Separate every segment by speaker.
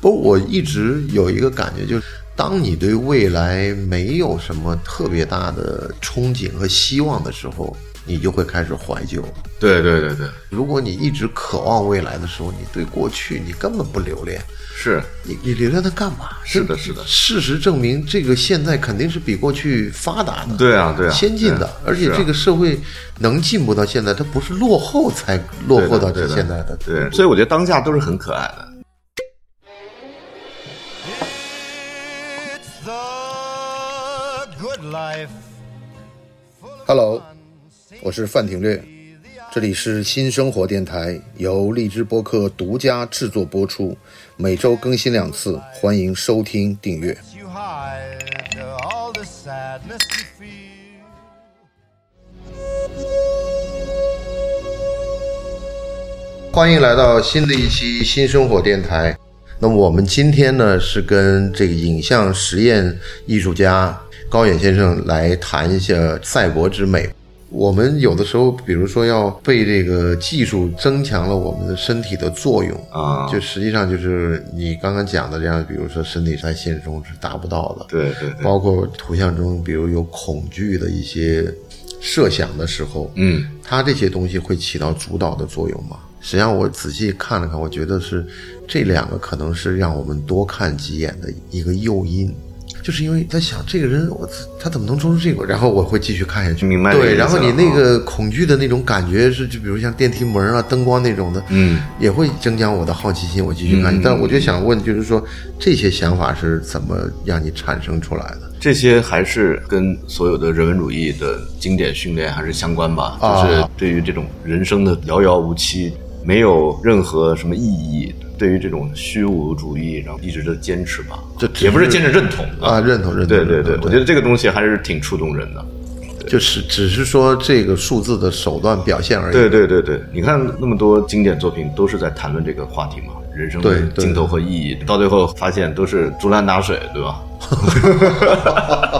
Speaker 1: 不，我一直有一个感觉，就是当你对未来没有什么特别大的憧憬和希望的时候，你就会开始怀旧。
Speaker 2: 对对对对，
Speaker 1: 如果你一直渴望未来的时候，你对过去你根本不留恋，
Speaker 2: 是
Speaker 1: 你你留恋它干嘛？
Speaker 2: 是的，是的，
Speaker 1: 事实证明，这个现在肯定是比过去发达的，
Speaker 2: 对啊对啊
Speaker 1: 先进的，
Speaker 2: 对
Speaker 1: 而且
Speaker 2: 是啊
Speaker 1: 这个社会能进步到现在，它不是落后才落
Speaker 2: 对的
Speaker 1: 后到
Speaker 2: 对
Speaker 1: 这
Speaker 2: 的
Speaker 1: 现在的。
Speaker 2: 对，所以我觉得当下都是很可爱的。
Speaker 3: It's the good life.
Speaker 4: Hello，我是范廷略，这里是新生活电台，由荔枝播客独家制作播出，每周更新两次，欢迎收听订阅。
Speaker 3: You hide all the sadness you feel.
Speaker 1: 欢迎来到新的一期新生活电台。那么我们今天呢是跟这个影像实验艺术家高远先生来谈一下赛博之美。我们有的时候，比如说要被这个技术增强了我们的身体的作用
Speaker 2: 啊
Speaker 1: 就实际上就是你刚刚讲的这样，比如说身体在现实中是达不到的，
Speaker 2: 对对对，
Speaker 1: 包括图像中，比如有恐惧的一些设想的时候，
Speaker 2: 嗯，
Speaker 1: 它这些东西会起到主导的作用吗？实际上，我仔细看了看，我觉得是这两个可能是让我们多看几眼的一个诱因，就是因为在想这个人我他怎么能做出这个，然后我会继续看下去。
Speaker 2: 明白这个意
Speaker 1: 对，
Speaker 2: 思
Speaker 1: 然后你
Speaker 2: 了
Speaker 1: 那
Speaker 2: 啊
Speaker 1: 个恐惧的那种感觉是，就比如像电梯门啊、灯光那种的，
Speaker 2: 嗯，
Speaker 1: 也会增加我的好奇心，我继续看下去。
Speaker 2: 嗯
Speaker 1: 但我就想问，就是说这些想法是怎么让你产生出来的？
Speaker 2: 这些还是跟所有的人文主义的经典训练还是相关吧，
Speaker 1: 啊
Speaker 2: 就是对于这种人生的遥遥无期，没有任何什么意义，对于这种虚无主义，然后一直的坚持吧，
Speaker 1: 这只是
Speaker 2: 也不是坚持认同
Speaker 1: 啊，认同认同，
Speaker 2: 对对
Speaker 1: 认
Speaker 2: 对，
Speaker 1: 同
Speaker 2: 我觉得这个东西还是挺触动人的。
Speaker 1: 就是只是说这个数字的手段表现而已。
Speaker 2: 对对对对，你看那么多经典作品都是在谈论这个话题嘛，人生的
Speaker 1: 对对
Speaker 2: 尽头和意义，到最后发现都是竹篮打水，对吧？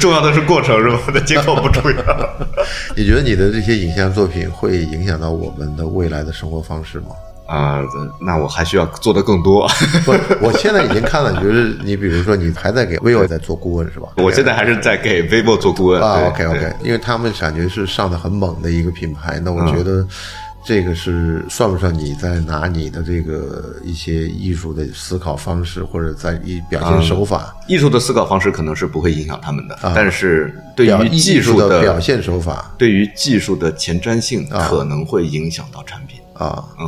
Speaker 2: 重要的是过程是吧？那结果不重要。
Speaker 1: 你觉得你的这些影像作品会影响到我们的未来的生活方式吗？
Speaker 2: 啊、那我还需要做的更多。
Speaker 1: 不，我现在已经看了，就是你比如说你还在给 vivo 在做顾问是吧？
Speaker 2: 我现在还是在给 vivo 做顾问
Speaker 1: 啊
Speaker 2: 对
Speaker 1: ，OK
Speaker 2: 对
Speaker 1: OK，因为他们感觉是上的很猛的一个品牌，那我觉得
Speaker 2: 嗯
Speaker 1: 这个是算不上你在拿你的这个一些艺术的思考方式或者在一表现手法。
Speaker 2: 艺术的思考方式可能是不会影响他们的，但是对
Speaker 1: 啊表
Speaker 2: 于技术
Speaker 1: 的表现啊手法
Speaker 2: 对于技术的前瞻性可能会影响到产品。
Speaker 1: 啊，
Speaker 2: 嗯。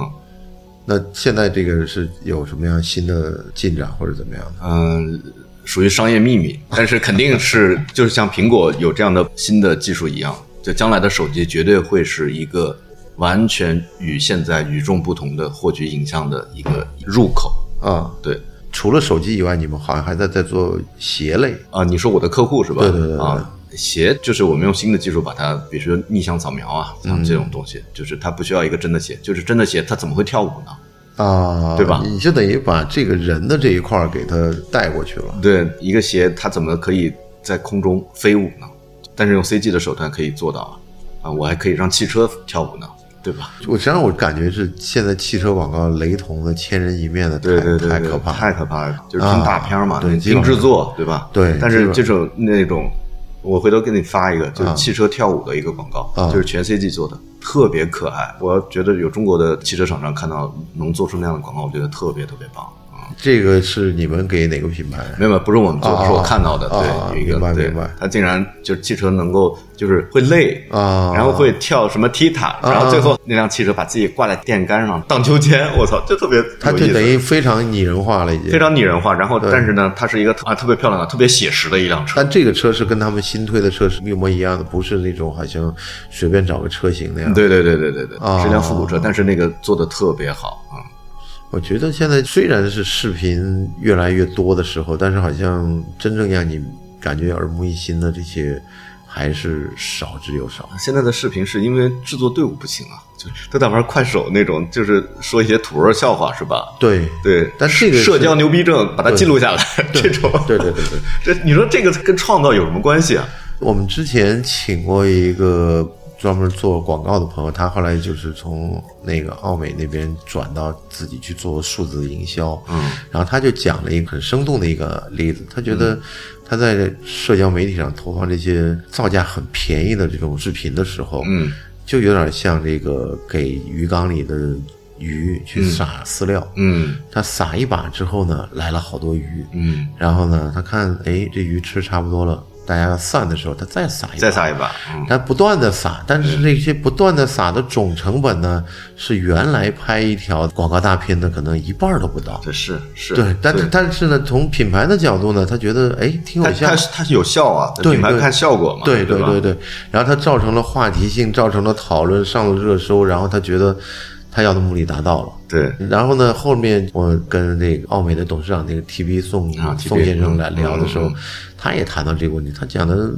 Speaker 1: 那现在这个是有什么样新的进展或者怎么样的？
Speaker 2: 嗯，属于商业秘密，但是肯定是就是像苹果有这样的新的技术一样，就将来的手机绝对会是一个完全与现在与众不同的获取影像的一个入口。
Speaker 1: 啊，
Speaker 2: 对
Speaker 1: 除了手机以外，你们好像还在在做鞋类
Speaker 2: 啊，你说我的客户是吧？
Speaker 1: 对对对对
Speaker 2: 啊。鞋就是我们用新的技术把它，比如说逆向扫描啊，像这种东西，就是它不需要一个真的鞋，就是真的鞋它怎么会跳舞呢？
Speaker 1: 啊，
Speaker 2: 对吧
Speaker 1: 你就等于把这个人的这一块儿给他带过去了
Speaker 2: 对，一个鞋它怎么可以在空中飞舞呢？但是用 CG 的手段可以做到啊！啊，我还可以让汽车跳舞呢，对吧？
Speaker 1: 我实际上我感觉是现在汽车广告雷同的千人一面的，太
Speaker 2: 对对对，
Speaker 1: 太
Speaker 2: 对
Speaker 1: 可怕
Speaker 2: 太
Speaker 1: 了。
Speaker 2: 可怕了！就是听大片嘛，
Speaker 1: 啊对基
Speaker 2: 听
Speaker 1: 本上
Speaker 2: 制作，对吧？
Speaker 1: 对
Speaker 2: 但
Speaker 1: 基
Speaker 2: 是
Speaker 1: 本
Speaker 2: 这种那种，我回头给你发一个，就是汽车跳舞的一个广告，
Speaker 1: 啊
Speaker 2: 就是全 CG 做的，特别可爱。我觉得有中国的汽车厂商看到能做出那样的广告，我觉得特别特别棒。
Speaker 1: 这个是你们给哪个品牌？
Speaker 2: 没有，没有不是我们做的，
Speaker 1: 啊
Speaker 2: 是我看到的。
Speaker 1: 啊啊
Speaker 2: 对，有一
Speaker 1: 明白
Speaker 2: 个对
Speaker 1: 明白，
Speaker 2: 他竟然就是汽车能够就是会累
Speaker 1: 啊
Speaker 2: 然后会跳什么踢踏，然后最后那辆汽车把自己挂在电杆上荡秋千，我操，这特别
Speaker 1: 它
Speaker 2: 有
Speaker 1: 就
Speaker 2: 意思
Speaker 1: 等于非常拟人化了，已经
Speaker 2: 非。常拟人化。然后但是呢，它是一个啊特别漂亮的、特别写实的一辆车。
Speaker 1: 但这个车是跟他们新推的车是一模一样的，不是那种好像随便找个车型那样。，
Speaker 2: 嗯对对对对对对，
Speaker 1: 啊
Speaker 2: 是一辆复古车，但是那个做的特别好啊。
Speaker 1: 我觉得现在虽然是视频越来越多的时候，但是好像真正让你感觉耳目一新的这些还是少之又少。
Speaker 2: 现在的视频是因为制作队伍不行啊，就是都在玩快手那种，就是说一些土味笑话是吧？
Speaker 1: 对
Speaker 2: 对，
Speaker 1: 但这个是
Speaker 2: 社交牛逼症把它记录下来，这种
Speaker 1: 对对对对，
Speaker 2: 这你说这个跟创造有什么关系啊？
Speaker 1: 我们之前请过一个专门做广告的朋友，他后来就是从那个奥美那边转到自己去做数字营销，嗯，然后他就讲了一个很生动的一个例子，他觉得
Speaker 2: 嗯
Speaker 1: 他在社交媒体上投放这些造价很便宜的这种视频的时候，
Speaker 2: 嗯，
Speaker 1: 就有点像这个给鱼缸里的鱼去撒饲料，
Speaker 2: 嗯
Speaker 1: 他撒一把之后呢，来了好多鱼，
Speaker 2: 嗯，
Speaker 1: 然后呢，他看，哎，这鱼吃差不多了，大家要散的时候，他再撒一把，
Speaker 2: 再撒一把，嗯
Speaker 1: 他不断的撒，但是这些不断的撒的总成本呢，是原来拍一条广告大片的可能一半儿都不到。
Speaker 2: 这是是，
Speaker 1: 对，但是但是呢，从品牌的角度呢，他觉得哎挺有
Speaker 2: 它
Speaker 1: 效
Speaker 2: 它，它是有效啊，
Speaker 1: 对
Speaker 2: 品牌
Speaker 1: 对
Speaker 2: 看效果嘛，
Speaker 1: 对
Speaker 2: 吧？
Speaker 1: 对对，然后它造成了话题性，造成了讨论，上了热搜，然后他觉得他要的目的达到了。
Speaker 2: 对
Speaker 1: 然后呢，后面我跟那个奥美的董事长那个 TB 宋、
Speaker 2: 啊
Speaker 1: 宋
Speaker 2: TB
Speaker 1: 先生来聊的时候，
Speaker 2: 嗯嗯
Speaker 1: 他也谈到这个问题。他讲的，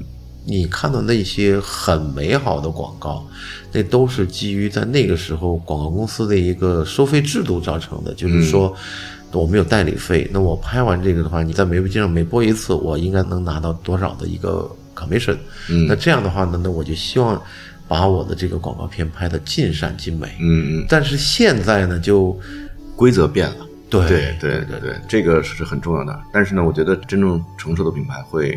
Speaker 1: 你看到那些很美好的广告，那都是基于在那个时候广告公司的一个收费制度造成的，就是说。
Speaker 2: 嗯
Speaker 1: 我们有代理费，那我拍完这个的话，你在媒体上每播一次，我应该能拿到多少的一个 commission？嗯，那这样的话呢，那我就希望把我的这个广告片拍得尽善尽美。
Speaker 2: 嗯嗯，
Speaker 1: 但是现在呢，就
Speaker 2: 规则变了。
Speaker 1: 对
Speaker 2: 对对对对，这个是很重要的。但是呢，我觉得真正成熟的品牌会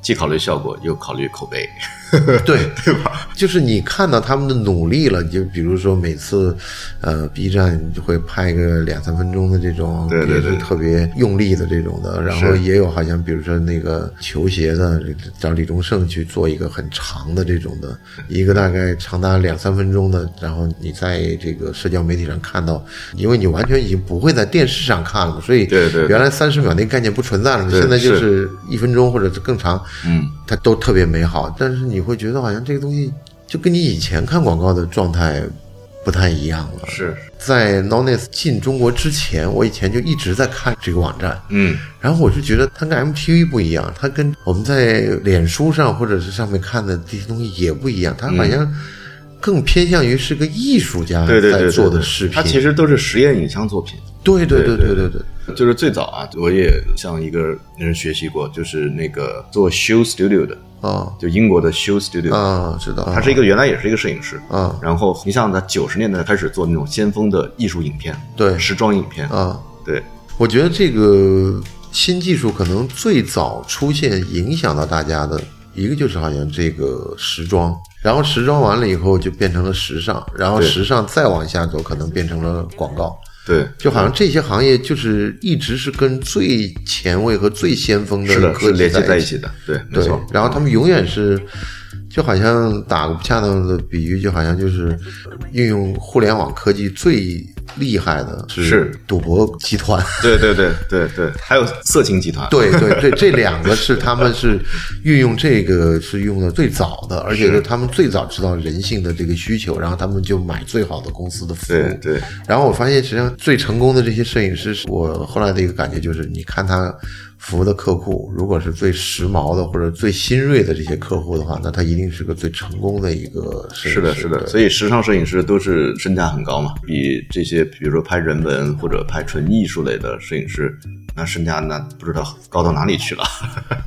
Speaker 2: 既考虑效果，又考虑口碑。
Speaker 1: 对对吧？就是你看到他们的努力了，你就比如说每次，呃，B 站就会拍个两三分钟的这种，
Speaker 2: 对对对
Speaker 1: 也是特别用力的这种的，然后
Speaker 2: 是
Speaker 1: 也有好像比如说那个球鞋的，找李宗盛去做一个很长的这种的，一个大概长达两三分钟的，然后你在这个社交媒体上看到，因为你完全已经不会在电视上看了，所以
Speaker 2: 对对对
Speaker 1: 原来三十秒那个概念不存在了，
Speaker 2: 对
Speaker 1: 现在就是是一分钟或者是更长，嗯，它都特别美好，但是你会觉得好像这个东西就跟你以前看广告的状态不太一样了。
Speaker 2: 是，
Speaker 1: 在 Nonis 进中国之前，我以前就一直在看这个网站，
Speaker 2: 嗯，
Speaker 1: 然后我就觉得它跟 MTV 不一样，它跟我们在脸书上或者是上面看的这些东西也不一样，它好像更偏向于是个艺术家
Speaker 2: 对对对
Speaker 1: 在
Speaker 2: 对
Speaker 1: 做的
Speaker 2: 对
Speaker 1: 视频。
Speaker 2: 它其实都是实验影像作品。
Speaker 1: 对对对对
Speaker 2: 对
Speaker 1: 对对，
Speaker 2: 就是最早啊，我也向一个人学习过，就是那个做 show studio 的，
Speaker 1: 啊
Speaker 2: 就英国的 show studio，、
Speaker 1: 啊，知道，
Speaker 2: 他是一个原来也是一个摄影师，
Speaker 1: 啊
Speaker 2: 然后你像他九十年代开始做那种先锋的艺术影片，
Speaker 1: 对
Speaker 2: 时装影片，
Speaker 1: 啊。
Speaker 2: 对，
Speaker 1: 我觉得这个新技术可能最早出现影响到大家的一个就是好像这个时装，然后时装完了以后就变成了时尚，然后
Speaker 2: 对
Speaker 1: 时尚再往下走可能变成了广告，
Speaker 2: 对，
Speaker 1: 就好像这些行业就是一直是跟最前卫和最先锋
Speaker 2: 是的，
Speaker 1: 科
Speaker 2: 是
Speaker 1: 技
Speaker 2: 连接在
Speaker 1: 在
Speaker 2: 一
Speaker 1: 起
Speaker 2: 起
Speaker 1: 的，
Speaker 2: 的，对，没
Speaker 1: 对
Speaker 2: 错，，
Speaker 1: 然后他们永远是。就好像打个不恰当的比喻，就好像就是运用互联网科技最厉害的
Speaker 2: 是
Speaker 1: 赌博集团，
Speaker 2: 对对对对对，还有色情集团，
Speaker 1: 对对对，这两个是他们是运用这个是用的最早的，而且是他们最早知道人性的这个需求，然后他们就买最好的公司的服务。
Speaker 2: 对对
Speaker 1: 然后我发现，实际上最成功的这些摄影师，我后来的一个感觉就是，你看他服务的客户，如果是最时髦的或者最新锐的这些客户的话，那他一定是个最成功的一个摄影师。
Speaker 2: 是的，是的，所以时尚摄影师都是身价很高嘛，比这些比如说拍人文或者拍纯艺术类的摄影师，那身价那不知道高到哪里去了。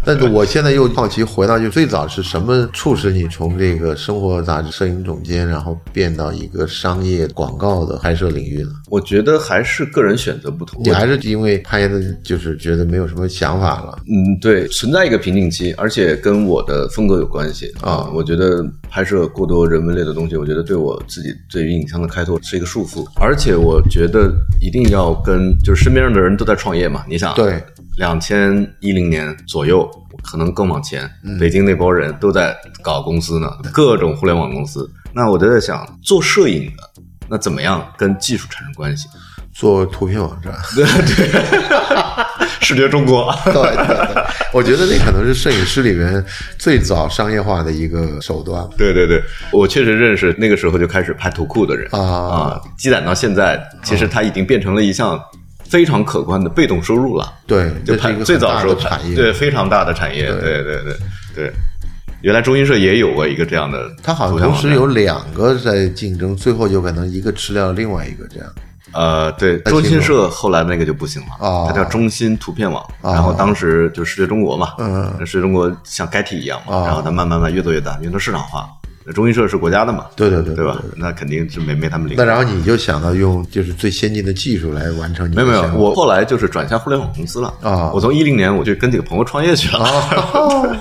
Speaker 1: 但是我现在又好奇，回到就最早是什么促使你从这个生活杂志摄影总监，然后变到一个商业广告的拍摄领域呢？
Speaker 2: 我觉得还是个人选择不同，
Speaker 1: 你还是因为拍的就是觉得没有什么想法了，
Speaker 2: 嗯，对，存在一个瓶颈期，而且跟我的风格有关系啊。我觉得拍摄过多人文类的东西，我觉得对我自己对于影像的开拓是一个束缚，而且我觉得一定要跟就是身边的人都在创业嘛。你想，
Speaker 1: 对，
Speaker 2: 两千一零年左右，可能更往前，北京那波人都在搞公司呢，各种互联网公司。那我就在想，做摄影的，那怎么样跟技术产生关系？
Speaker 1: 做图片网 站。
Speaker 2: 视觉中国。
Speaker 1: 对对对，我觉得那可能是摄影师里面最早商业化的一个手段。
Speaker 2: 对对对，我确实认识那个时候就开始拍图库的人
Speaker 1: 啊
Speaker 2: 积攒到现在，其实它已经变成了一项非常可观的被动收入了。
Speaker 1: 对，这
Speaker 2: 就
Speaker 1: 是
Speaker 2: 拍
Speaker 1: 一个
Speaker 2: 最
Speaker 1: 很
Speaker 2: 早
Speaker 1: 大
Speaker 2: 时候
Speaker 1: 的
Speaker 2: 拍
Speaker 1: 产业。
Speaker 2: 对，非常大的产业，对对对对。原来中新社也有过一个这样的，
Speaker 1: 它好像同时有两个在竞争，最后有可能一个吃掉另外一个这样。
Speaker 2: 呃，对，
Speaker 1: 新
Speaker 2: 中新社后来那个就不行了，
Speaker 1: 哦
Speaker 2: 它叫中新图片网，然后当时
Speaker 1: 嗯哦
Speaker 2: 就视觉中国嘛，视觉中国像 Getty 一样嘛，然后它慢慢慢越做越大，因为它市场化，中新社是国家的嘛，
Speaker 1: 对对对
Speaker 2: 对吧？那肯定是没没他们灵
Speaker 1: 那
Speaker 2: 活。
Speaker 1: 然后你就想到用就是最先进的技术来完成你
Speaker 2: 没
Speaker 1: 的
Speaker 2: 有没有
Speaker 1: 项，目
Speaker 2: 我后来就是转向互联网公司了
Speaker 1: 啊
Speaker 2: 我从一零年我就跟几个朋友创业去了，
Speaker 1: 哦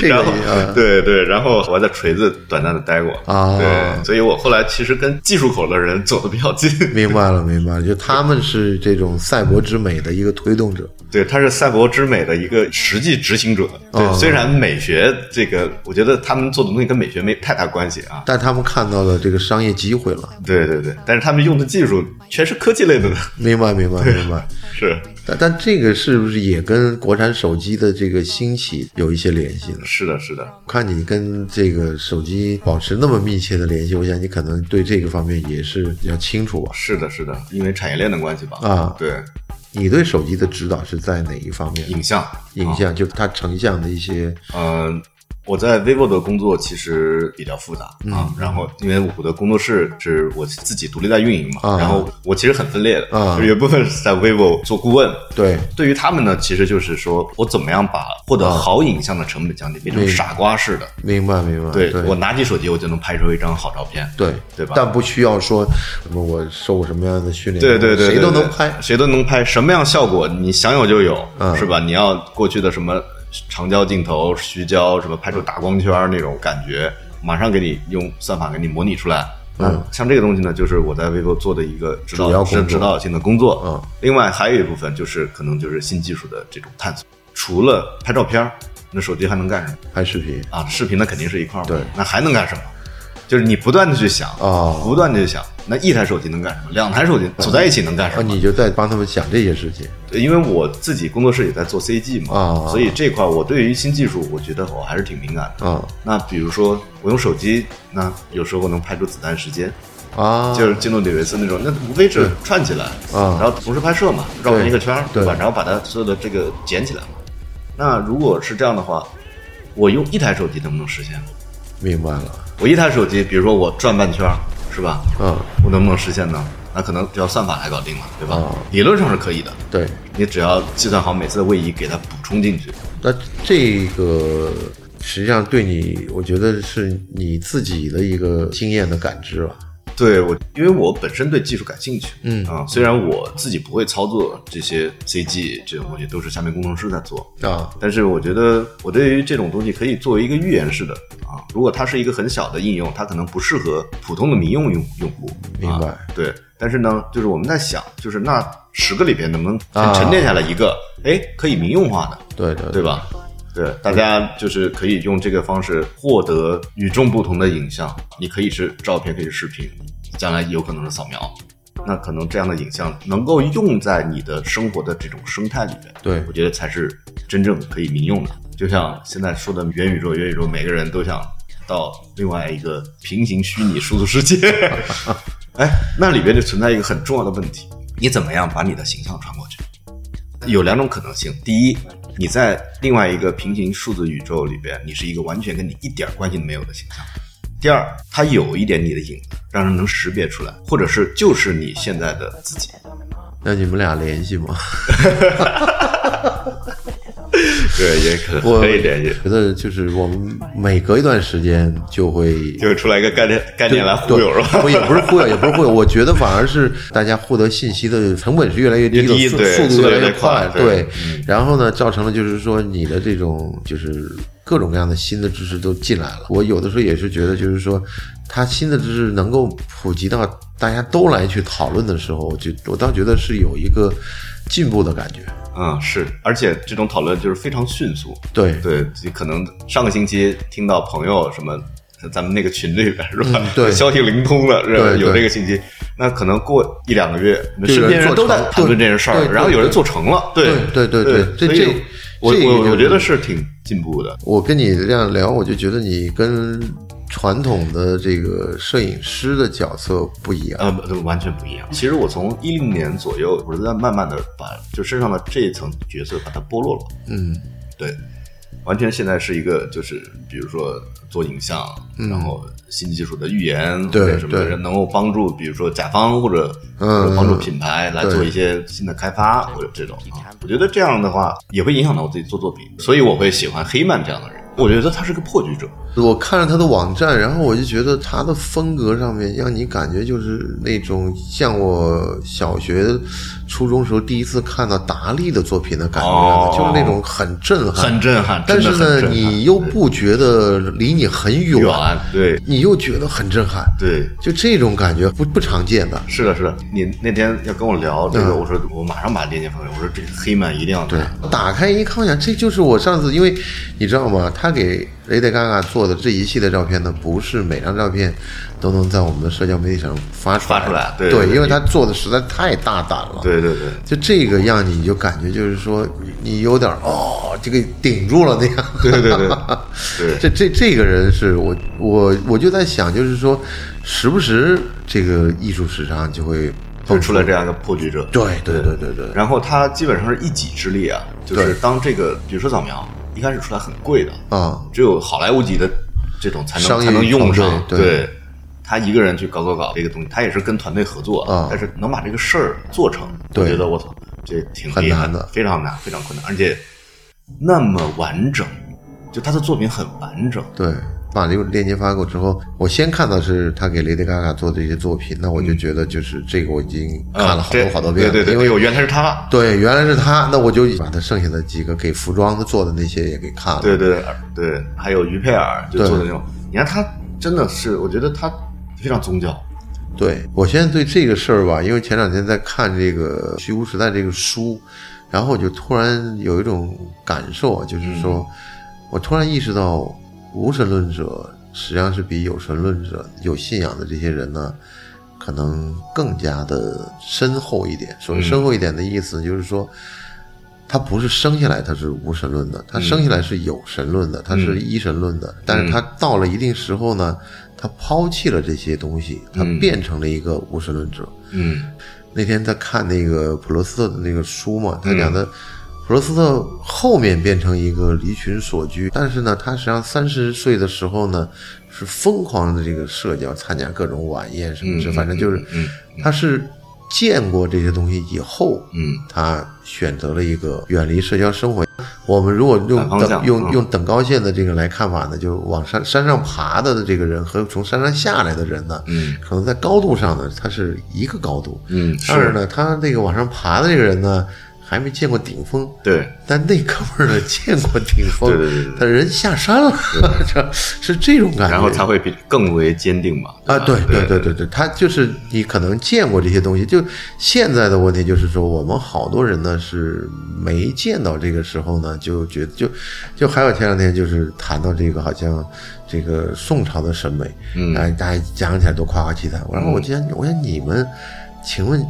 Speaker 1: 这个
Speaker 2: 然后
Speaker 1: 也啊
Speaker 2: 对对，然后我还在锤子短暂的待过
Speaker 1: 啊
Speaker 2: 对，所以我后来其实跟技术口的人走的比较 近。
Speaker 1: 明白了明白了，就他们是这种赛博之美的一个推动者，
Speaker 2: 对，他是赛博之美的一个实际执行者。对，
Speaker 1: 哦
Speaker 2: 虽然美学这个，我觉得他们做的东西跟美学没太大关系啊。
Speaker 1: 但他们看到了这个商业机会了，
Speaker 2: 对对对，但是他们用的技术全是科技类的，
Speaker 1: 明白明白明白。
Speaker 2: 是
Speaker 1: 但但这个是不是也跟国产手机的这个兴起有一些联系呢？
Speaker 2: 是的，是的，
Speaker 1: 我看你跟这个手机保持那么密切的联系，我想你可能对这个方面也是比较清楚吧？
Speaker 2: 是的，是的，因为产业链的关系吧。
Speaker 1: 啊
Speaker 2: 对，
Speaker 1: 你对手机的指导是在哪一方面？
Speaker 2: 影像，
Speaker 1: 影像就是它成像的一些
Speaker 2: 嗯，我在 vivo 的工作其实比较复杂
Speaker 1: 嗯
Speaker 2: 啊，然后因为我的工作室是我自己独立在运营嘛，
Speaker 1: 啊
Speaker 2: 然后我其实很分裂的，
Speaker 1: 啊
Speaker 2: 就是有一部分是在 vivo 做顾问。
Speaker 1: 对
Speaker 2: 对于他们呢，其实就是说我怎么样把获
Speaker 1: 啊
Speaker 2: 得好影像的成本降低，变成傻瓜式的。
Speaker 1: 明白明白，
Speaker 2: 对
Speaker 1: 啊对
Speaker 2: 我拿起手机，我就能拍出一张好照片。
Speaker 1: 对
Speaker 2: 对吧
Speaker 1: 但不需要说什么我受过什么样的训练，
Speaker 2: 对对对，
Speaker 1: 谁
Speaker 2: 对
Speaker 1: 都
Speaker 2: 对
Speaker 1: 能拍。
Speaker 2: 谁都能拍，什么样效果你想有就有，
Speaker 1: 嗯
Speaker 2: 是吧？你要过去的什么长焦镜头、虚焦，什么拍出大光圈那种感觉，马上给你用算法给你模拟出来。
Speaker 1: 嗯，
Speaker 2: 像这个东西呢，就是我在微博做的一个指
Speaker 1: 主要
Speaker 2: 导
Speaker 1: 工作
Speaker 2: 是指导性的工作。
Speaker 1: 嗯，
Speaker 2: 另外还有一部分就是可能就是新技术的这种探索，除了拍照片儿，那手机还能干什么？
Speaker 1: 拍视频，
Speaker 2: 啊，视频那肯定是一块儿嘛。
Speaker 1: 对
Speaker 2: 那还能干什么？就是你不断的去想，
Speaker 1: 哦
Speaker 2: 不断的去想，那一台手机能干什么？两台手机组在一起能干
Speaker 1: 啊，
Speaker 2: 什么？
Speaker 1: 你就在帮他们想这些事情，
Speaker 2: 对因为我自己工作室也在做 CG 嘛，
Speaker 1: 哦
Speaker 2: 所以这块儿我对于新技术，我觉得我还是挺敏感的。
Speaker 1: 啊
Speaker 2: 那比如说我用手机，那有时候我能拍出子弹时间，
Speaker 1: 啊，
Speaker 2: 就是基努里维斯那种，那无非是串起来，
Speaker 1: 啊
Speaker 2: 然后同时拍摄嘛，绕成一个圈儿，
Speaker 1: 对
Speaker 2: 吧？然后把它所有的这个捡起来嘛。那如果是这样的话，我用一台手机能不能实现？
Speaker 1: 明白了，
Speaker 2: 我一台手机，比如说我转半圈儿，是吧？
Speaker 1: 嗯，
Speaker 2: 我能不能实现呢？那可能只要算法来搞定了，对吧？
Speaker 1: 哦
Speaker 2: 理论上是可以的，
Speaker 1: 对。
Speaker 2: 你只要计算好每次的位移，给它补充进去。
Speaker 1: 那这个实际上对你，我觉得是你自己的一个经验的感知吧。
Speaker 2: 对我，因为我本身对技术感兴趣，
Speaker 1: 嗯
Speaker 2: 啊，虽然我自己不会操作这些 CG 这种东西，都是下面工程师在做，
Speaker 1: 啊，
Speaker 2: 但是我觉得我对于这种东西可以作为一个预言式的啊，如果它是一个很小的应用，它可能不适合普通的民用用用户，
Speaker 1: 明白
Speaker 2: 啊对，但是呢，就是我们在想，就是那十个里边能不能
Speaker 1: 啊
Speaker 2: 先沉淀下来一个，哎、可以民用化的，
Speaker 1: 对对
Speaker 2: 对吧？对，大家就是可以用这个方式获得与众不同的影像，你可以是照片，可以是视频，将来有可能是扫描。那可能这样的影像能够用在你的生活的这种生态里面，
Speaker 1: 对
Speaker 2: 我觉得才是真正可以民用的。就像现在说的元宇宙，元宇宙每个人都想到另外一个平行虚拟数字世界，哎，那里边就存在一个很重要的问题：你怎么样把你的形象传过去？有两种可能性。第一，你在另外一个平行数字宇宙里边，你是一个完全跟你一点关系都没有的形象；第二，它有一点你的影子，让人能识别出来，或者是就是你现在的自己。
Speaker 1: 那你们俩联系吗？
Speaker 2: 对，也可
Speaker 1: 我
Speaker 2: 可以联系，
Speaker 1: 觉得就是我们每隔一段时间就会
Speaker 2: 就出来一个概念概念来忽悠是吧？
Speaker 1: 我也不是忽悠，也不是忽悠，我觉得反而是大家获得信息的成本是越来越低
Speaker 2: 越低
Speaker 1: 了，速
Speaker 2: 对
Speaker 1: 速
Speaker 2: 速
Speaker 1: 度
Speaker 2: 度
Speaker 1: 越来
Speaker 2: 越
Speaker 1: 越快
Speaker 2: 快，对
Speaker 1: 对
Speaker 2: 嗯。
Speaker 1: 然后呢，造成了就是说你的这种就是各种各样的新的知识都进来了。我有的时候也是觉得，就是说它新的知识能够普及到大家都来去讨论的时候，我就我倒觉得是有一个进步的感觉。
Speaker 2: 嗯，是，而且这种讨论就是非常迅速，
Speaker 1: 对
Speaker 2: 对，就可能上个星期听到朋友什么，咱们那个群里边是吧？
Speaker 1: 嗯对
Speaker 2: 消息灵通了，是吧
Speaker 1: 对？对
Speaker 2: 有这个信息，那可能过一两个月，
Speaker 1: 就有人
Speaker 2: 身边人都在
Speaker 1: 做成
Speaker 2: 谈论这件事
Speaker 1: 对
Speaker 2: 儿
Speaker 1: 对，对
Speaker 2: 然后有人做成了，
Speaker 1: 对对
Speaker 2: 对
Speaker 1: 对对
Speaker 2: 所
Speaker 1: 这
Speaker 2: 以
Speaker 1: 这
Speaker 2: 我
Speaker 1: 这个就
Speaker 2: 我
Speaker 1: 是
Speaker 2: 我觉得是挺进步的，
Speaker 1: 我跟你这样聊，我就觉得你跟传统的这个摄影师的角色不一样。
Speaker 2: 呃，不完全不一样。其实我从一零年左右，我是在慢慢的把就身上的这一层角色把它剥落了，
Speaker 1: 嗯，
Speaker 2: 对，完全现在是一个就是比如说做影像，然后新技术的预言，
Speaker 1: 嗯对
Speaker 2: 或者什么
Speaker 1: 对
Speaker 2: 的能够帮助，比如说甲方或者
Speaker 1: 嗯
Speaker 2: 或者帮助品牌来
Speaker 1: 对
Speaker 2: 做一些新的开发或者这种啊，我觉得这样的话也会影响到我自己做作品，所以我会喜欢黑曼这样的人。我觉得他是个破局者，
Speaker 1: 我看了他的网站，然后我就觉得他的风格上面让你感觉就是那种像我小学、初中时候第一次看到达利的作品的感觉，
Speaker 2: 哦
Speaker 1: 就是那种很震撼。
Speaker 2: 很震撼。
Speaker 1: 嗯但是
Speaker 2: 真的很
Speaker 1: 呢，
Speaker 2: 震撼
Speaker 1: 你又不觉得离你很远，
Speaker 2: 远，对
Speaker 1: 你又觉得很震撼，
Speaker 2: 对，
Speaker 1: 就这种感觉不不常见的。
Speaker 2: 是的，是的。你那天要跟我聊这个，
Speaker 1: 嗯
Speaker 2: 我说我马上把链接发给你，我说这个黑曼一定要看。
Speaker 1: 打开一看，我想这就是我上次，因为你知道吗？他给 Lady Gaga 做的这一系列照片呢，不是每张照片都能在我们的社交媒体上发出来。
Speaker 2: 发出来对对
Speaker 1: 因为他做的实在太大胆了。，
Speaker 2: 对对 对
Speaker 1: 就这个样，你就感觉就是说，你有点哦，这个顶住了那样。
Speaker 2: 对对对对对
Speaker 1: 这这这个人是我我我就在想，就是说，时不时这个艺术史上就会
Speaker 2: 蹦出来这样一个破局者。
Speaker 1: 对对对对对，
Speaker 2: 然后他基本上是一己之力啊，就是
Speaker 1: 对
Speaker 2: 当这个，比如说扫描，一开始出来很贵的，
Speaker 1: 啊、
Speaker 2: 只有好莱坞级的这种才
Speaker 1: 商
Speaker 2: 能
Speaker 1: 业
Speaker 2: 才能用上
Speaker 1: 团。队对
Speaker 2: 他一个人去搞搞搞这个东西，他也是跟团队合作，
Speaker 1: 啊
Speaker 2: 但是能把这个事儿做成，我
Speaker 1: 对
Speaker 2: 觉得我操，这挺
Speaker 1: 很
Speaker 2: 厉害
Speaker 1: 难的
Speaker 2: 非常难，非常困难，而且那么完整，就他的作品很完整。
Speaker 1: 对，把这个链接发给我之后，我先看到是他给 Lady Gaga 做的一些作品，那我就觉得就是这个我已经看了好多
Speaker 2: 嗯
Speaker 1: 好多遍了，
Speaker 2: 对对
Speaker 1: 因
Speaker 2: 对，
Speaker 1: 为
Speaker 2: 哎呦，原来是他，
Speaker 1: 对原来是他，那我就把他剩下的几个给服装的做的那些也给看了，
Speaker 2: 对对对，还有于佩尔就
Speaker 1: 啊对
Speaker 2: 做的那种，你看他真的是，我觉得他非常宗教，
Speaker 1: 对我现在对这个事儿吧，因为前两天在看这个《虚无时代》这个书，然后我就突然有一种感受啊，就是说，我突然意识到，无神论者实际上是比有神论者、有信仰的这些人呢，可能更加的深厚一点。所谓深厚一点的意思，就是说。他不是生下来他是无神论的，他生下来是有神论的，他是一神论的。但是他到了一定时候呢，他抛弃了这些东西，他变成了一个无神论者。
Speaker 2: 嗯，
Speaker 1: 那天在看那个普罗斯特的那个书
Speaker 2: 嗯
Speaker 1: 嘛，他讲的普罗斯特后面变成一个离群索居，但是呢，他实际上三十岁的时候呢，是疯狂的这个社交，参加各种晚宴什么
Speaker 2: 嗯
Speaker 1: 之，反正就是，他是见过这些东西以后，
Speaker 2: 嗯，
Speaker 1: 他选择了一个远离社交生活。我们如果用
Speaker 2: 反方向
Speaker 1: 等用
Speaker 2: 嗯
Speaker 1: 用等高线的这个来看法呢，就是往山山上爬的这个人和从山上下来的人呢，
Speaker 2: 嗯，
Speaker 1: 可能在高度上呢，它是一个高度，
Speaker 2: 嗯
Speaker 1: 但
Speaker 2: 是
Speaker 1: 是呢，他那个往上爬的这个人呢，还没见过顶峰，
Speaker 2: 对，
Speaker 1: 但那哥们儿呢见过顶峰，
Speaker 2: 对对对对
Speaker 1: 但人下山了， 这是这种感觉，
Speaker 2: 然后才会比更为坚定吧。
Speaker 1: 哎啊，
Speaker 2: 吧
Speaker 1: 对对
Speaker 2: 对
Speaker 1: 对对对，他就是你可能见过这些东西，就现在的问题就是说，我们好多人呢是没见到这个时候呢，就觉得就就还有前两天就是谈到这个好像这个宋朝的审美，嗯，哎，大家讲起来都夸夸其谈。然
Speaker 2: 嗯
Speaker 1: 后我今天我想你们，请问。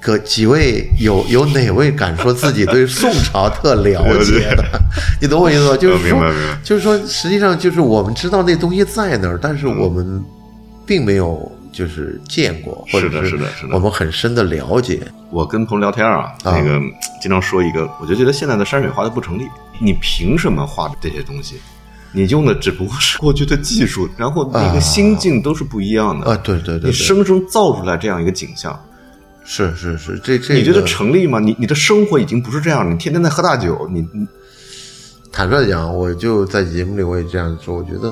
Speaker 1: 各几位有有哪位敢说自己对宋朝特了解的？ 你懂我意思吧？就是说
Speaker 2: 呃明白明白，
Speaker 1: 就是说，实际上就是我们知道那东西在那儿，但
Speaker 2: 嗯
Speaker 1: 是我们并没有就是见过，或者
Speaker 2: 是的是的是的
Speaker 1: 我们很深的了解。
Speaker 2: 我跟朋友聊天啊，那个经常说一个，我就觉得现在的山水画它不成立，你凭什么画这些东西？你用的只不过是过去的技术，然后那个心境都是不一样的
Speaker 1: 啊对对对对
Speaker 2: 你生生造出来这样一个景象，
Speaker 1: 是是是，这这个
Speaker 2: 你觉得成立吗？你你的生活已经不是这样，你天天在喝大酒，你你
Speaker 1: 坦率讲，我就在节目里我也这样说，我觉得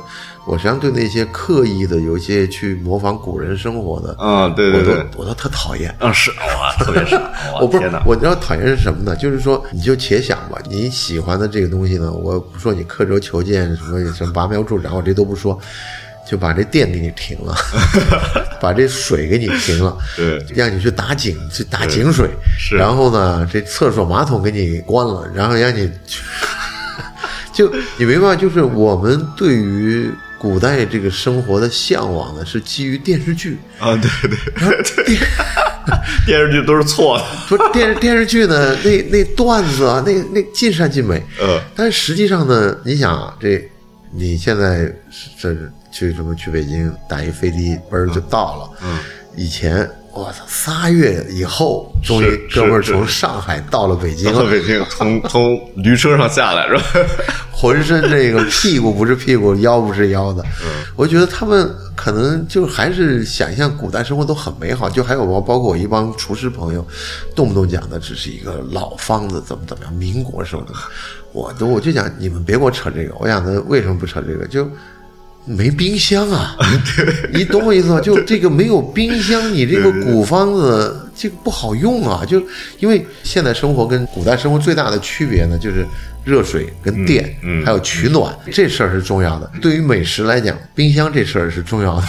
Speaker 1: 我实际上对那些刻意的有一些去模仿古人生活的，
Speaker 2: 啊，对对对
Speaker 1: 我，都我都特讨厌。
Speaker 2: 啊是哇，特别 是，哇
Speaker 1: 我不是
Speaker 2: 哦天哪，
Speaker 1: 我知道讨厌是什么呢？就是说，你就且想吧，你喜欢的这个东西呢，我不说你刻舟求剑什么什么拔苗助长，我这都不说，就把这电给你停 了，把这水给你停了，
Speaker 2: 对
Speaker 1: 让你去打井去打井水，
Speaker 2: 是
Speaker 1: 然后呢，这厕所马桶给你关了，然后让你去。 就你明白，就是我们对于古代这个生活的向往呢，是基于电视剧，
Speaker 2: 啊对对对， 电视剧都是错的，
Speaker 1: 说电视电视剧呢，那那段子啊，那那尽善尽美。
Speaker 2: 呃，
Speaker 1: 但是实际上呢，你想啊，这你现在
Speaker 2: 嗯
Speaker 1: 这去什么去北京打一飞的，嘣儿就到了。嗯，以前我操，仨月以后，终于
Speaker 2: 是是
Speaker 1: 哥们儿
Speaker 2: 是
Speaker 1: 从上海到了北京
Speaker 2: 到
Speaker 1: 了，
Speaker 2: 北京，从从驴车上下来是吧？
Speaker 1: 浑身这个屁股不是屁股，腰不是腰的。我觉得他们可能就是还是想象古代生活都很美好，就还有包包括我一帮厨师朋友，动不动讲的只是一个老方子怎么怎么样，民国时候的。我都我就想你们别给我扯这个，我想的为什么不扯这个就。没冰箱 啊，你懂我意思吗？就这个没有冰箱，你这个古方子这个不好用 啊。就因为现代生活跟古代生活最大的区别呢，就是热水跟电，
Speaker 2: 嗯
Speaker 1: 还有取暖，这事儿是重要的。对于美食来讲，冰箱这事儿是重 要的，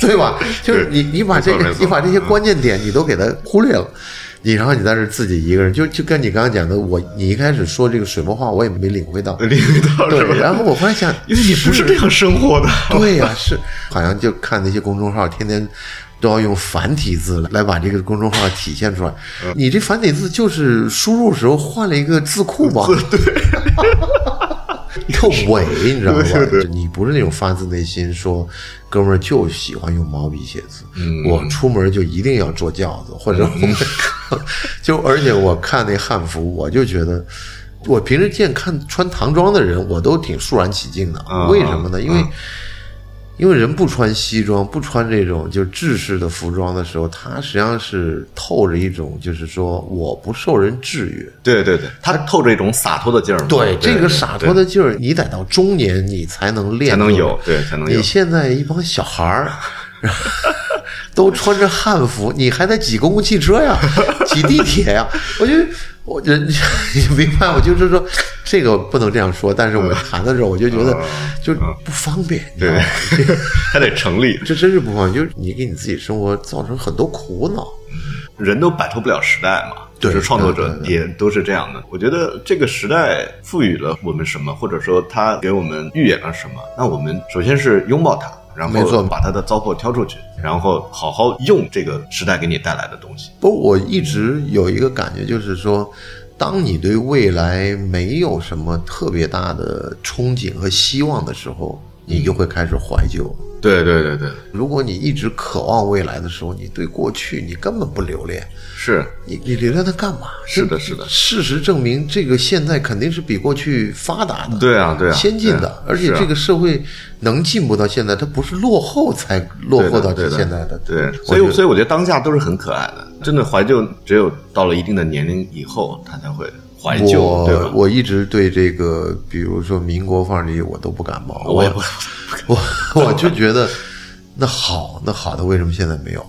Speaker 1: 对吧？就是你你把这
Speaker 2: 没错
Speaker 1: 个
Speaker 2: 没错
Speaker 1: 你把这些关键点你都给它忽略了。你然后你在这儿自己一个人，就就跟你刚刚讲的，我你一开始说这个水墨画，我也没领会到，
Speaker 2: 领导是
Speaker 1: 对。
Speaker 2: 吧？
Speaker 1: 然后我忽然想，
Speaker 2: 因为你不是这样生活的，
Speaker 1: 对呀、是，好像就看那些公众号，天天都要用繁体字来来把这个公众号体现出来。你这繁体字就是输入时候换了一个字库吧？ 对。特伪，你知道吧？就你不是那种发自内心说，哥们儿就喜欢用毛笔写字，我出门就一定要做轿子，或者我 就而且我看那汉服，我就觉得，我平时见看穿唐装的人，我都挺肃然起敬的。
Speaker 2: 啊
Speaker 1: 为什么呢？因为、
Speaker 2: 啊
Speaker 1: 因为人不穿西装，不穿这种就制式的服装的时候，他实际上是透着一种，就是说我不受人制约。
Speaker 2: 对对对，他透着一种洒脱的劲儿嘛。
Speaker 1: 这个洒脱的劲儿，你得到中年你才能练，
Speaker 2: 才能有，。对才能有
Speaker 1: 你。现在一帮小孩儿。 都穿着汉服，你还得挤公共汽车呀， 挤地铁呀。我觉得我人，你 明白？我就是说，这个不能这样说。但是我们谈的时候，我就觉得就不方便，你知道
Speaker 2: 嗯对
Speaker 1: 吗？，
Speaker 2: 还得成立，
Speaker 1: 这真是不方便，就是你给你自己生活造成很多苦恼。
Speaker 2: 人都摆脱不了时代嘛。就
Speaker 1: 对
Speaker 2: 是创作者
Speaker 1: 对对
Speaker 2: 也都是这样的。我觉得这个时代赋予了我们什么，或者说它给我们预演了什么。那我们首先是拥抱它，然
Speaker 1: 没错
Speaker 2: 后把它的糟粕挑出去，然后好好用这个时代给你带来的东西。
Speaker 1: 不过我一直有一个感觉，就是说，当你对未来没有什么特别大的憧憬和希望的时候，你就会开始怀旧。
Speaker 2: 对对对对，
Speaker 1: 如果你一直渴望未来的时候，你对过去你根本不留恋，
Speaker 2: 是
Speaker 1: 你你留恋它干嘛？
Speaker 2: 是的，是的，
Speaker 1: 事实证明，这个现在肯定是比过去发达的。
Speaker 2: 对啊对啊，
Speaker 1: 先进
Speaker 2: 对
Speaker 1: 的
Speaker 2: 啊，
Speaker 1: 而且
Speaker 2: 是啊
Speaker 1: 这个社会能进步到现在，它不是落后才落
Speaker 2: 对
Speaker 1: 后
Speaker 2: 的
Speaker 1: 到
Speaker 2: 对
Speaker 1: 这
Speaker 2: 的
Speaker 1: 现在的。
Speaker 2: 对，
Speaker 1: 我
Speaker 2: 所
Speaker 1: 觉
Speaker 2: 以
Speaker 1: 得
Speaker 2: 所以我觉得当下都是很可爱的。真的怀旧，只有到了一定的年龄以后，他才会怀旧，对
Speaker 1: 我
Speaker 2: 吧？
Speaker 1: 我一直对这个，比如说民国范儿里，我都不感冒。
Speaker 2: 我也不
Speaker 1: 我我就觉得，那好，那好的为什么现在没 有？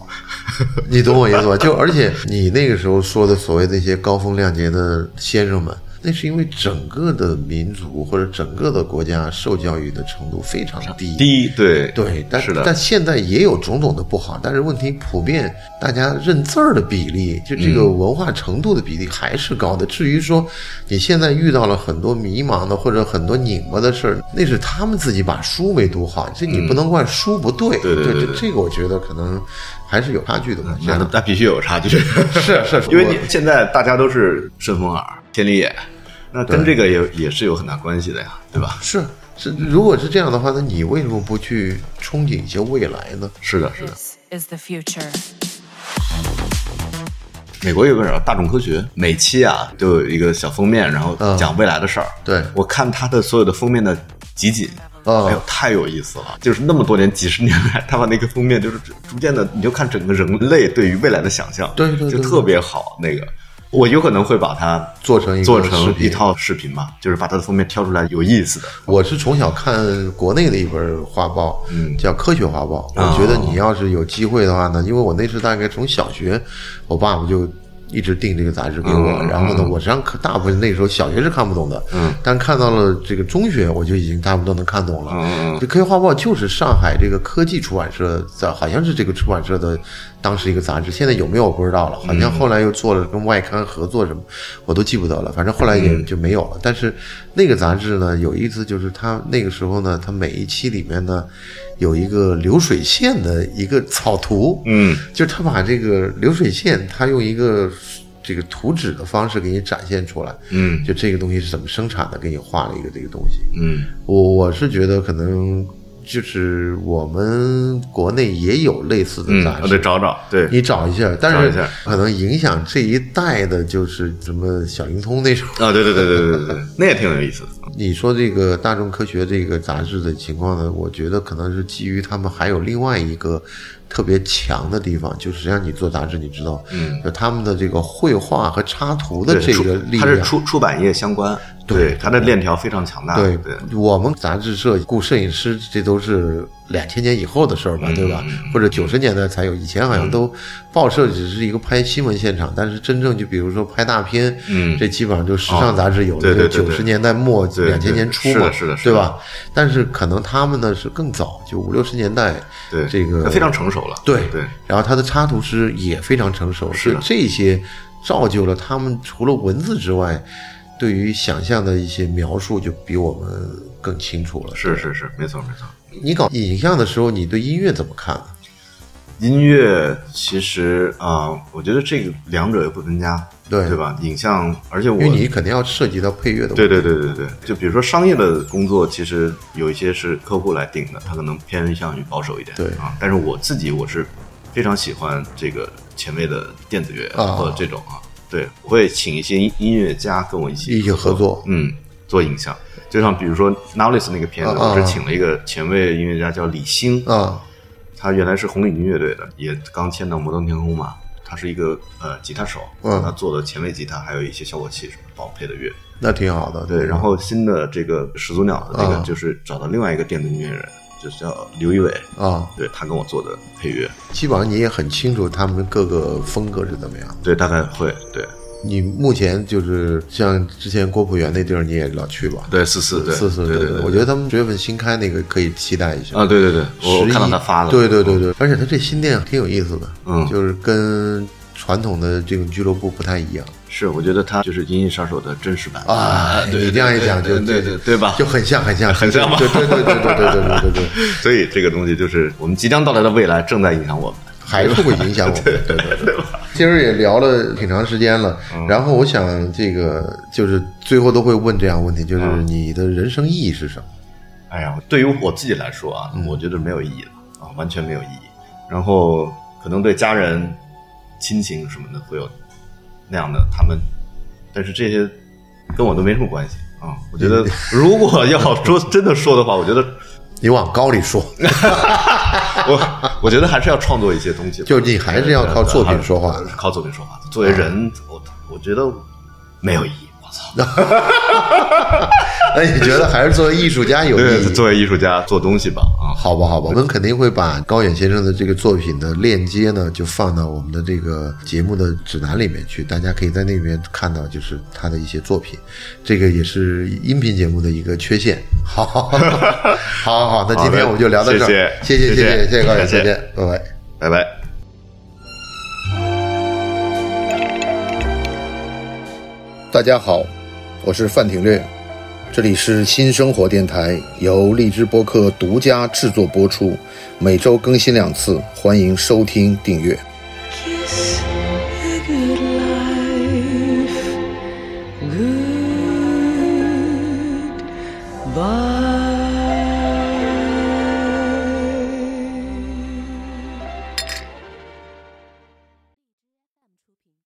Speaker 1: 你懂我意思吧？就而且你那个时候说的所谓那些高风亮节的先生们，那是因为整个的民族或者整个的国家受教育的程度非常低。
Speaker 2: 第一，对
Speaker 1: 对，但
Speaker 2: 是的，
Speaker 1: 但现在也有种种的不好，但是问题普遍，大家认字儿的比例，就这个文化程度的比例还是高的。至于说你现在遇到了很多迷茫的或者很多拧巴的事儿，那是他们自己把书没读好，这你不能怪书不对。
Speaker 2: 对对对
Speaker 1: 这
Speaker 2: 对
Speaker 1: 这个我觉得可能还是有差距的嘛。
Speaker 2: 那
Speaker 1: 现在
Speaker 2: 那必须有差距，
Speaker 1: 是是是
Speaker 2: 因为
Speaker 1: 我
Speaker 2: 你现在大家都是顺风耳、千里眼，那跟这个也也是有很大关系的呀，对吧？
Speaker 1: 是是，如果是这样的话，那你为什么不去憧憬一些未来呢？
Speaker 2: 是的，是的。
Speaker 5: This is the future.
Speaker 2: 美国有个人大众科学，每期啊都有一个小封面，然后
Speaker 1: 嗯
Speaker 2: 讲未来的事儿。
Speaker 1: 对
Speaker 2: 我看他的所有的封面的集锦。
Speaker 1: 嗯
Speaker 2: 哎呦，太有意思了！就是那么多年，几十年来，他把那个封面就是逐渐的，你就看整个人类对于未来的想象，
Speaker 1: 对对对
Speaker 2: 就特别好。那个，我有可能会把它
Speaker 1: 做成一个
Speaker 2: 做
Speaker 1: 视
Speaker 2: 成
Speaker 1: 频
Speaker 2: 一套视频吧，就是把它的封面挑出来有意思的。
Speaker 1: 我是从小看国内的一本画报，
Speaker 2: 嗯
Speaker 1: 叫《科学画报》。
Speaker 2: 哦
Speaker 1: 我觉得你要是有机会的话呢，因为我那时大概从小学，我爸爸就一直订这个杂志给我，
Speaker 2: 嗯
Speaker 1: 然后呢，
Speaker 2: 嗯
Speaker 1: 我实际上可大部分那时候小学是看不懂的，
Speaker 2: 嗯，
Speaker 1: 但看到了这个中学，我就已经大部分都能看懂了。
Speaker 2: 嗯嗯
Speaker 1: 这《科学画报》就是上海这个科技出版社在，好像是这个出版社的当时一个杂志，现在有没有我不知道了，好
Speaker 2: 嗯
Speaker 1: 像后来又做了跟外刊合作什么，我都记不得了，反正后来也
Speaker 2: 嗯
Speaker 1: 就没有了。但是那个杂志呢，有意思就是它那个时候呢，它每一期里面呢有一个流水线的一个草图，
Speaker 2: 嗯，
Speaker 1: 就是他把这个流水线，他用一个这个图纸的方式给你展现出来，
Speaker 2: 嗯
Speaker 1: 就这个东西是怎么生产的，给你画了一个这个东西。
Speaker 2: 嗯，
Speaker 1: 我我是觉得可能就是我们国内也有类似的
Speaker 2: 嗯，
Speaker 1: 杂
Speaker 2: 我
Speaker 1: 志，
Speaker 2: 得找找，对，
Speaker 1: 你找一下，
Speaker 2: 找
Speaker 1: 但
Speaker 2: 一
Speaker 1: 是
Speaker 2: 下
Speaker 1: 可能影响这一代的就是什么小灵通那种。
Speaker 2: 啊，对对对对对对对，那也挺有意思的。
Speaker 1: 你说这个大众科学这个杂志的情况呢，我觉得可能是基于他们还有另外一个特别强的地方，就是实际上你做杂志，你知道，嗯，就他们的这个绘画和插图的
Speaker 2: 对，
Speaker 1: 这
Speaker 2: 出
Speaker 1: 个力量，
Speaker 2: 它是出出版业相关，对，它的链条非常强大，
Speaker 1: 对
Speaker 2: 啊对，
Speaker 1: 我们杂志社雇摄影师，这都是两千年以后的事儿吧，
Speaker 2: 嗯
Speaker 1: 对吧？或者九十年代才有，以前好像都报社只是一个拍新闻现场，但是真正就比如说拍大片，
Speaker 2: 嗯哦
Speaker 1: 这基本上就时尚杂志有
Speaker 2: 对
Speaker 1: 了，
Speaker 2: 对
Speaker 1: 就
Speaker 2: 对
Speaker 1: 九
Speaker 2: 对
Speaker 1: 十年代末
Speaker 2: 对
Speaker 1: 两
Speaker 2: 对
Speaker 1: 千年初嘛，
Speaker 2: 是的是的是的
Speaker 1: 对吧？但是可能他们呢是更早，就五六十年代，
Speaker 2: 对，
Speaker 1: 这个
Speaker 2: 它非常成熟了，
Speaker 1: 对
Speaker 2: 对，
Speaker 1: 然后他的插图师也非常成熟，
Speaker 2: 是
Speaker 1: 所以
Speaker 2: 的
Speaker 1: 这些造就了他们除了文字之外，对于想象的一些描述就比我们更清楚了。
Speaker 2: 是是是，没错没错。
Speaker 1: 你搞影像的时候，你对音乐怎么看呢？
Speaker 2: 音乐其实啊、我觉得这个两者也不分家，
Speaker 1: 对
Speaker 2: 对吧？影像，而且我
Speaker 1: 因为你肯定要涉及到配乐的问题。
Speaker 2: 对对对对对，就比如说商业的工作，其实有一些是客户来定的，他可能偏向于保守一点，
Speaker 1: 对
Speaker 2: 啊。但是我自己我是非常喜欢这个前卫的电子乐
Speaker 1: 啊
Speaker 2: 和这种啊，对，我会请一些音音乐家跟我一起
Speaker 1: 一起合作
Speaker 2: 嗯，做影像。就像比如说《Nolis》那个片子，
Speaker 1: 啊啊
Speaker 2: 我是请了一个前卫音乐家叫李星，
Speaker 1: 啊，
Speaker 2: 他原来是红领巾乐队的，也刚签到摩登天空嘛。他是一个呃吉他手，
Speaker 1: 嗯
Speaker 2: 他做的前卫吉他，还有一些效果器什么帮我配的乐。
Speaker 1: 那挺好的。
Speaker 2: 对，然后新的这个始祖鸟的这个
Speaker 1: 嗯啊
Speaker 2: 就是找到另外一个电子音乐人，就是叫刘一伟，
Speaker 1: 啊，
Speaker 2: 对他跟我做的配乐，
Speaker 1: 基本上你也很清楚他们各个风格是怎么样的。
Speaker 2: 对，大概会对
Speaker 1: 你目前就是像之前郭浦园那地儿，你也老去吧？
Speaker 2: 对四四对
Speaker 1: 是是，
Speaker 2: 对
Speaker 1: 对
Speaker 2: 对，
Speaker 1: 我觉得他们九月份新开那个可以期待一下
Speaker 2: 啊，对对对，我我
Speaker 1: 十一
Speaker 2: 看到他发了，
Speaker 1: 对对对对，而且他这新店挺有意思的，
Speaker 2: 嗯
Speaker 1: 就是跟传统的这种俱乐部不太一样
Speaker 2: 是我觉得他就是《银翼杀手》的真实版
Speaker 1: 啊。
Speaker 2: 对
Speaker 1: 你这样一讲就
Speaker 2: 对对对对吧？
Speaker 1: 就很像很像
Speaker 2: 很像吧
Speaker 1: 对对对对对对对对对 对，
Speaker 2: 所以这个东西就是我们即将到来的未来正在影响我们，
Speaker 1: 还是会影响我们，对对对对。今儿也聊了挺长时间了，
Speaker 2: 嗯
Speaker 1: 然后我想这个就是最后都会问这样的问题，就是
Speaker 2: 嗯
Speaker 1: 你的人生意义是什么？
Speaker 2: 哎呀，对于我自己来说啊，
Speaker 1: 嗯
Speaker 2: 我觉得没有意义了啊，完全没有意义。然后可能对家人、亲情什么的会有那样的他们，但是这些跟我都没什么关系啊。我觉得如果要说真的说的话，我觉得
Speaker 1: 你往高里说，
Speaker 2: 我我觉得还是要创作一些东西吧，呃
Speaker 1: 就是你还是要靠作品说话的
Speaker 2: 靠作品说话。作为人，我我觉得没有意义。我操！
Speaker 1: 那你觉得还是作为艺术家有意义？
Speaker 2: 作为艺术家做东西吧啊，
Speaker 1: 好吧，好吧，我们肯定会把高远先生的这个作品的链接呢，就放到我们的这个节目的指南里面去，大家可以在那边看到就是他的一些作品，这个也是音频节目的一个缺陷。好，好，好，好，那今天我们就聊到这儿，
Speaker 2: 谢
Speaker 1: 谢，
Speaker 2: 谢
Speaker 1: 谢谢，
Speaker 2: 谢谢
Speaker 1: 谢谢高远，
Speaker 2: 谢
Speaker 1: 再
Speaker 2: 谢
Speaker 1: 见，拜拜。
Speaker 2: 拜拜。
Speaker 4: 大家好，我是范廷略，这里是新生活电台，由荔枝播客独家制作播出，每周更新两次，欢迎收听订阅。
Speaker 5: kiss a good life. Goodbye.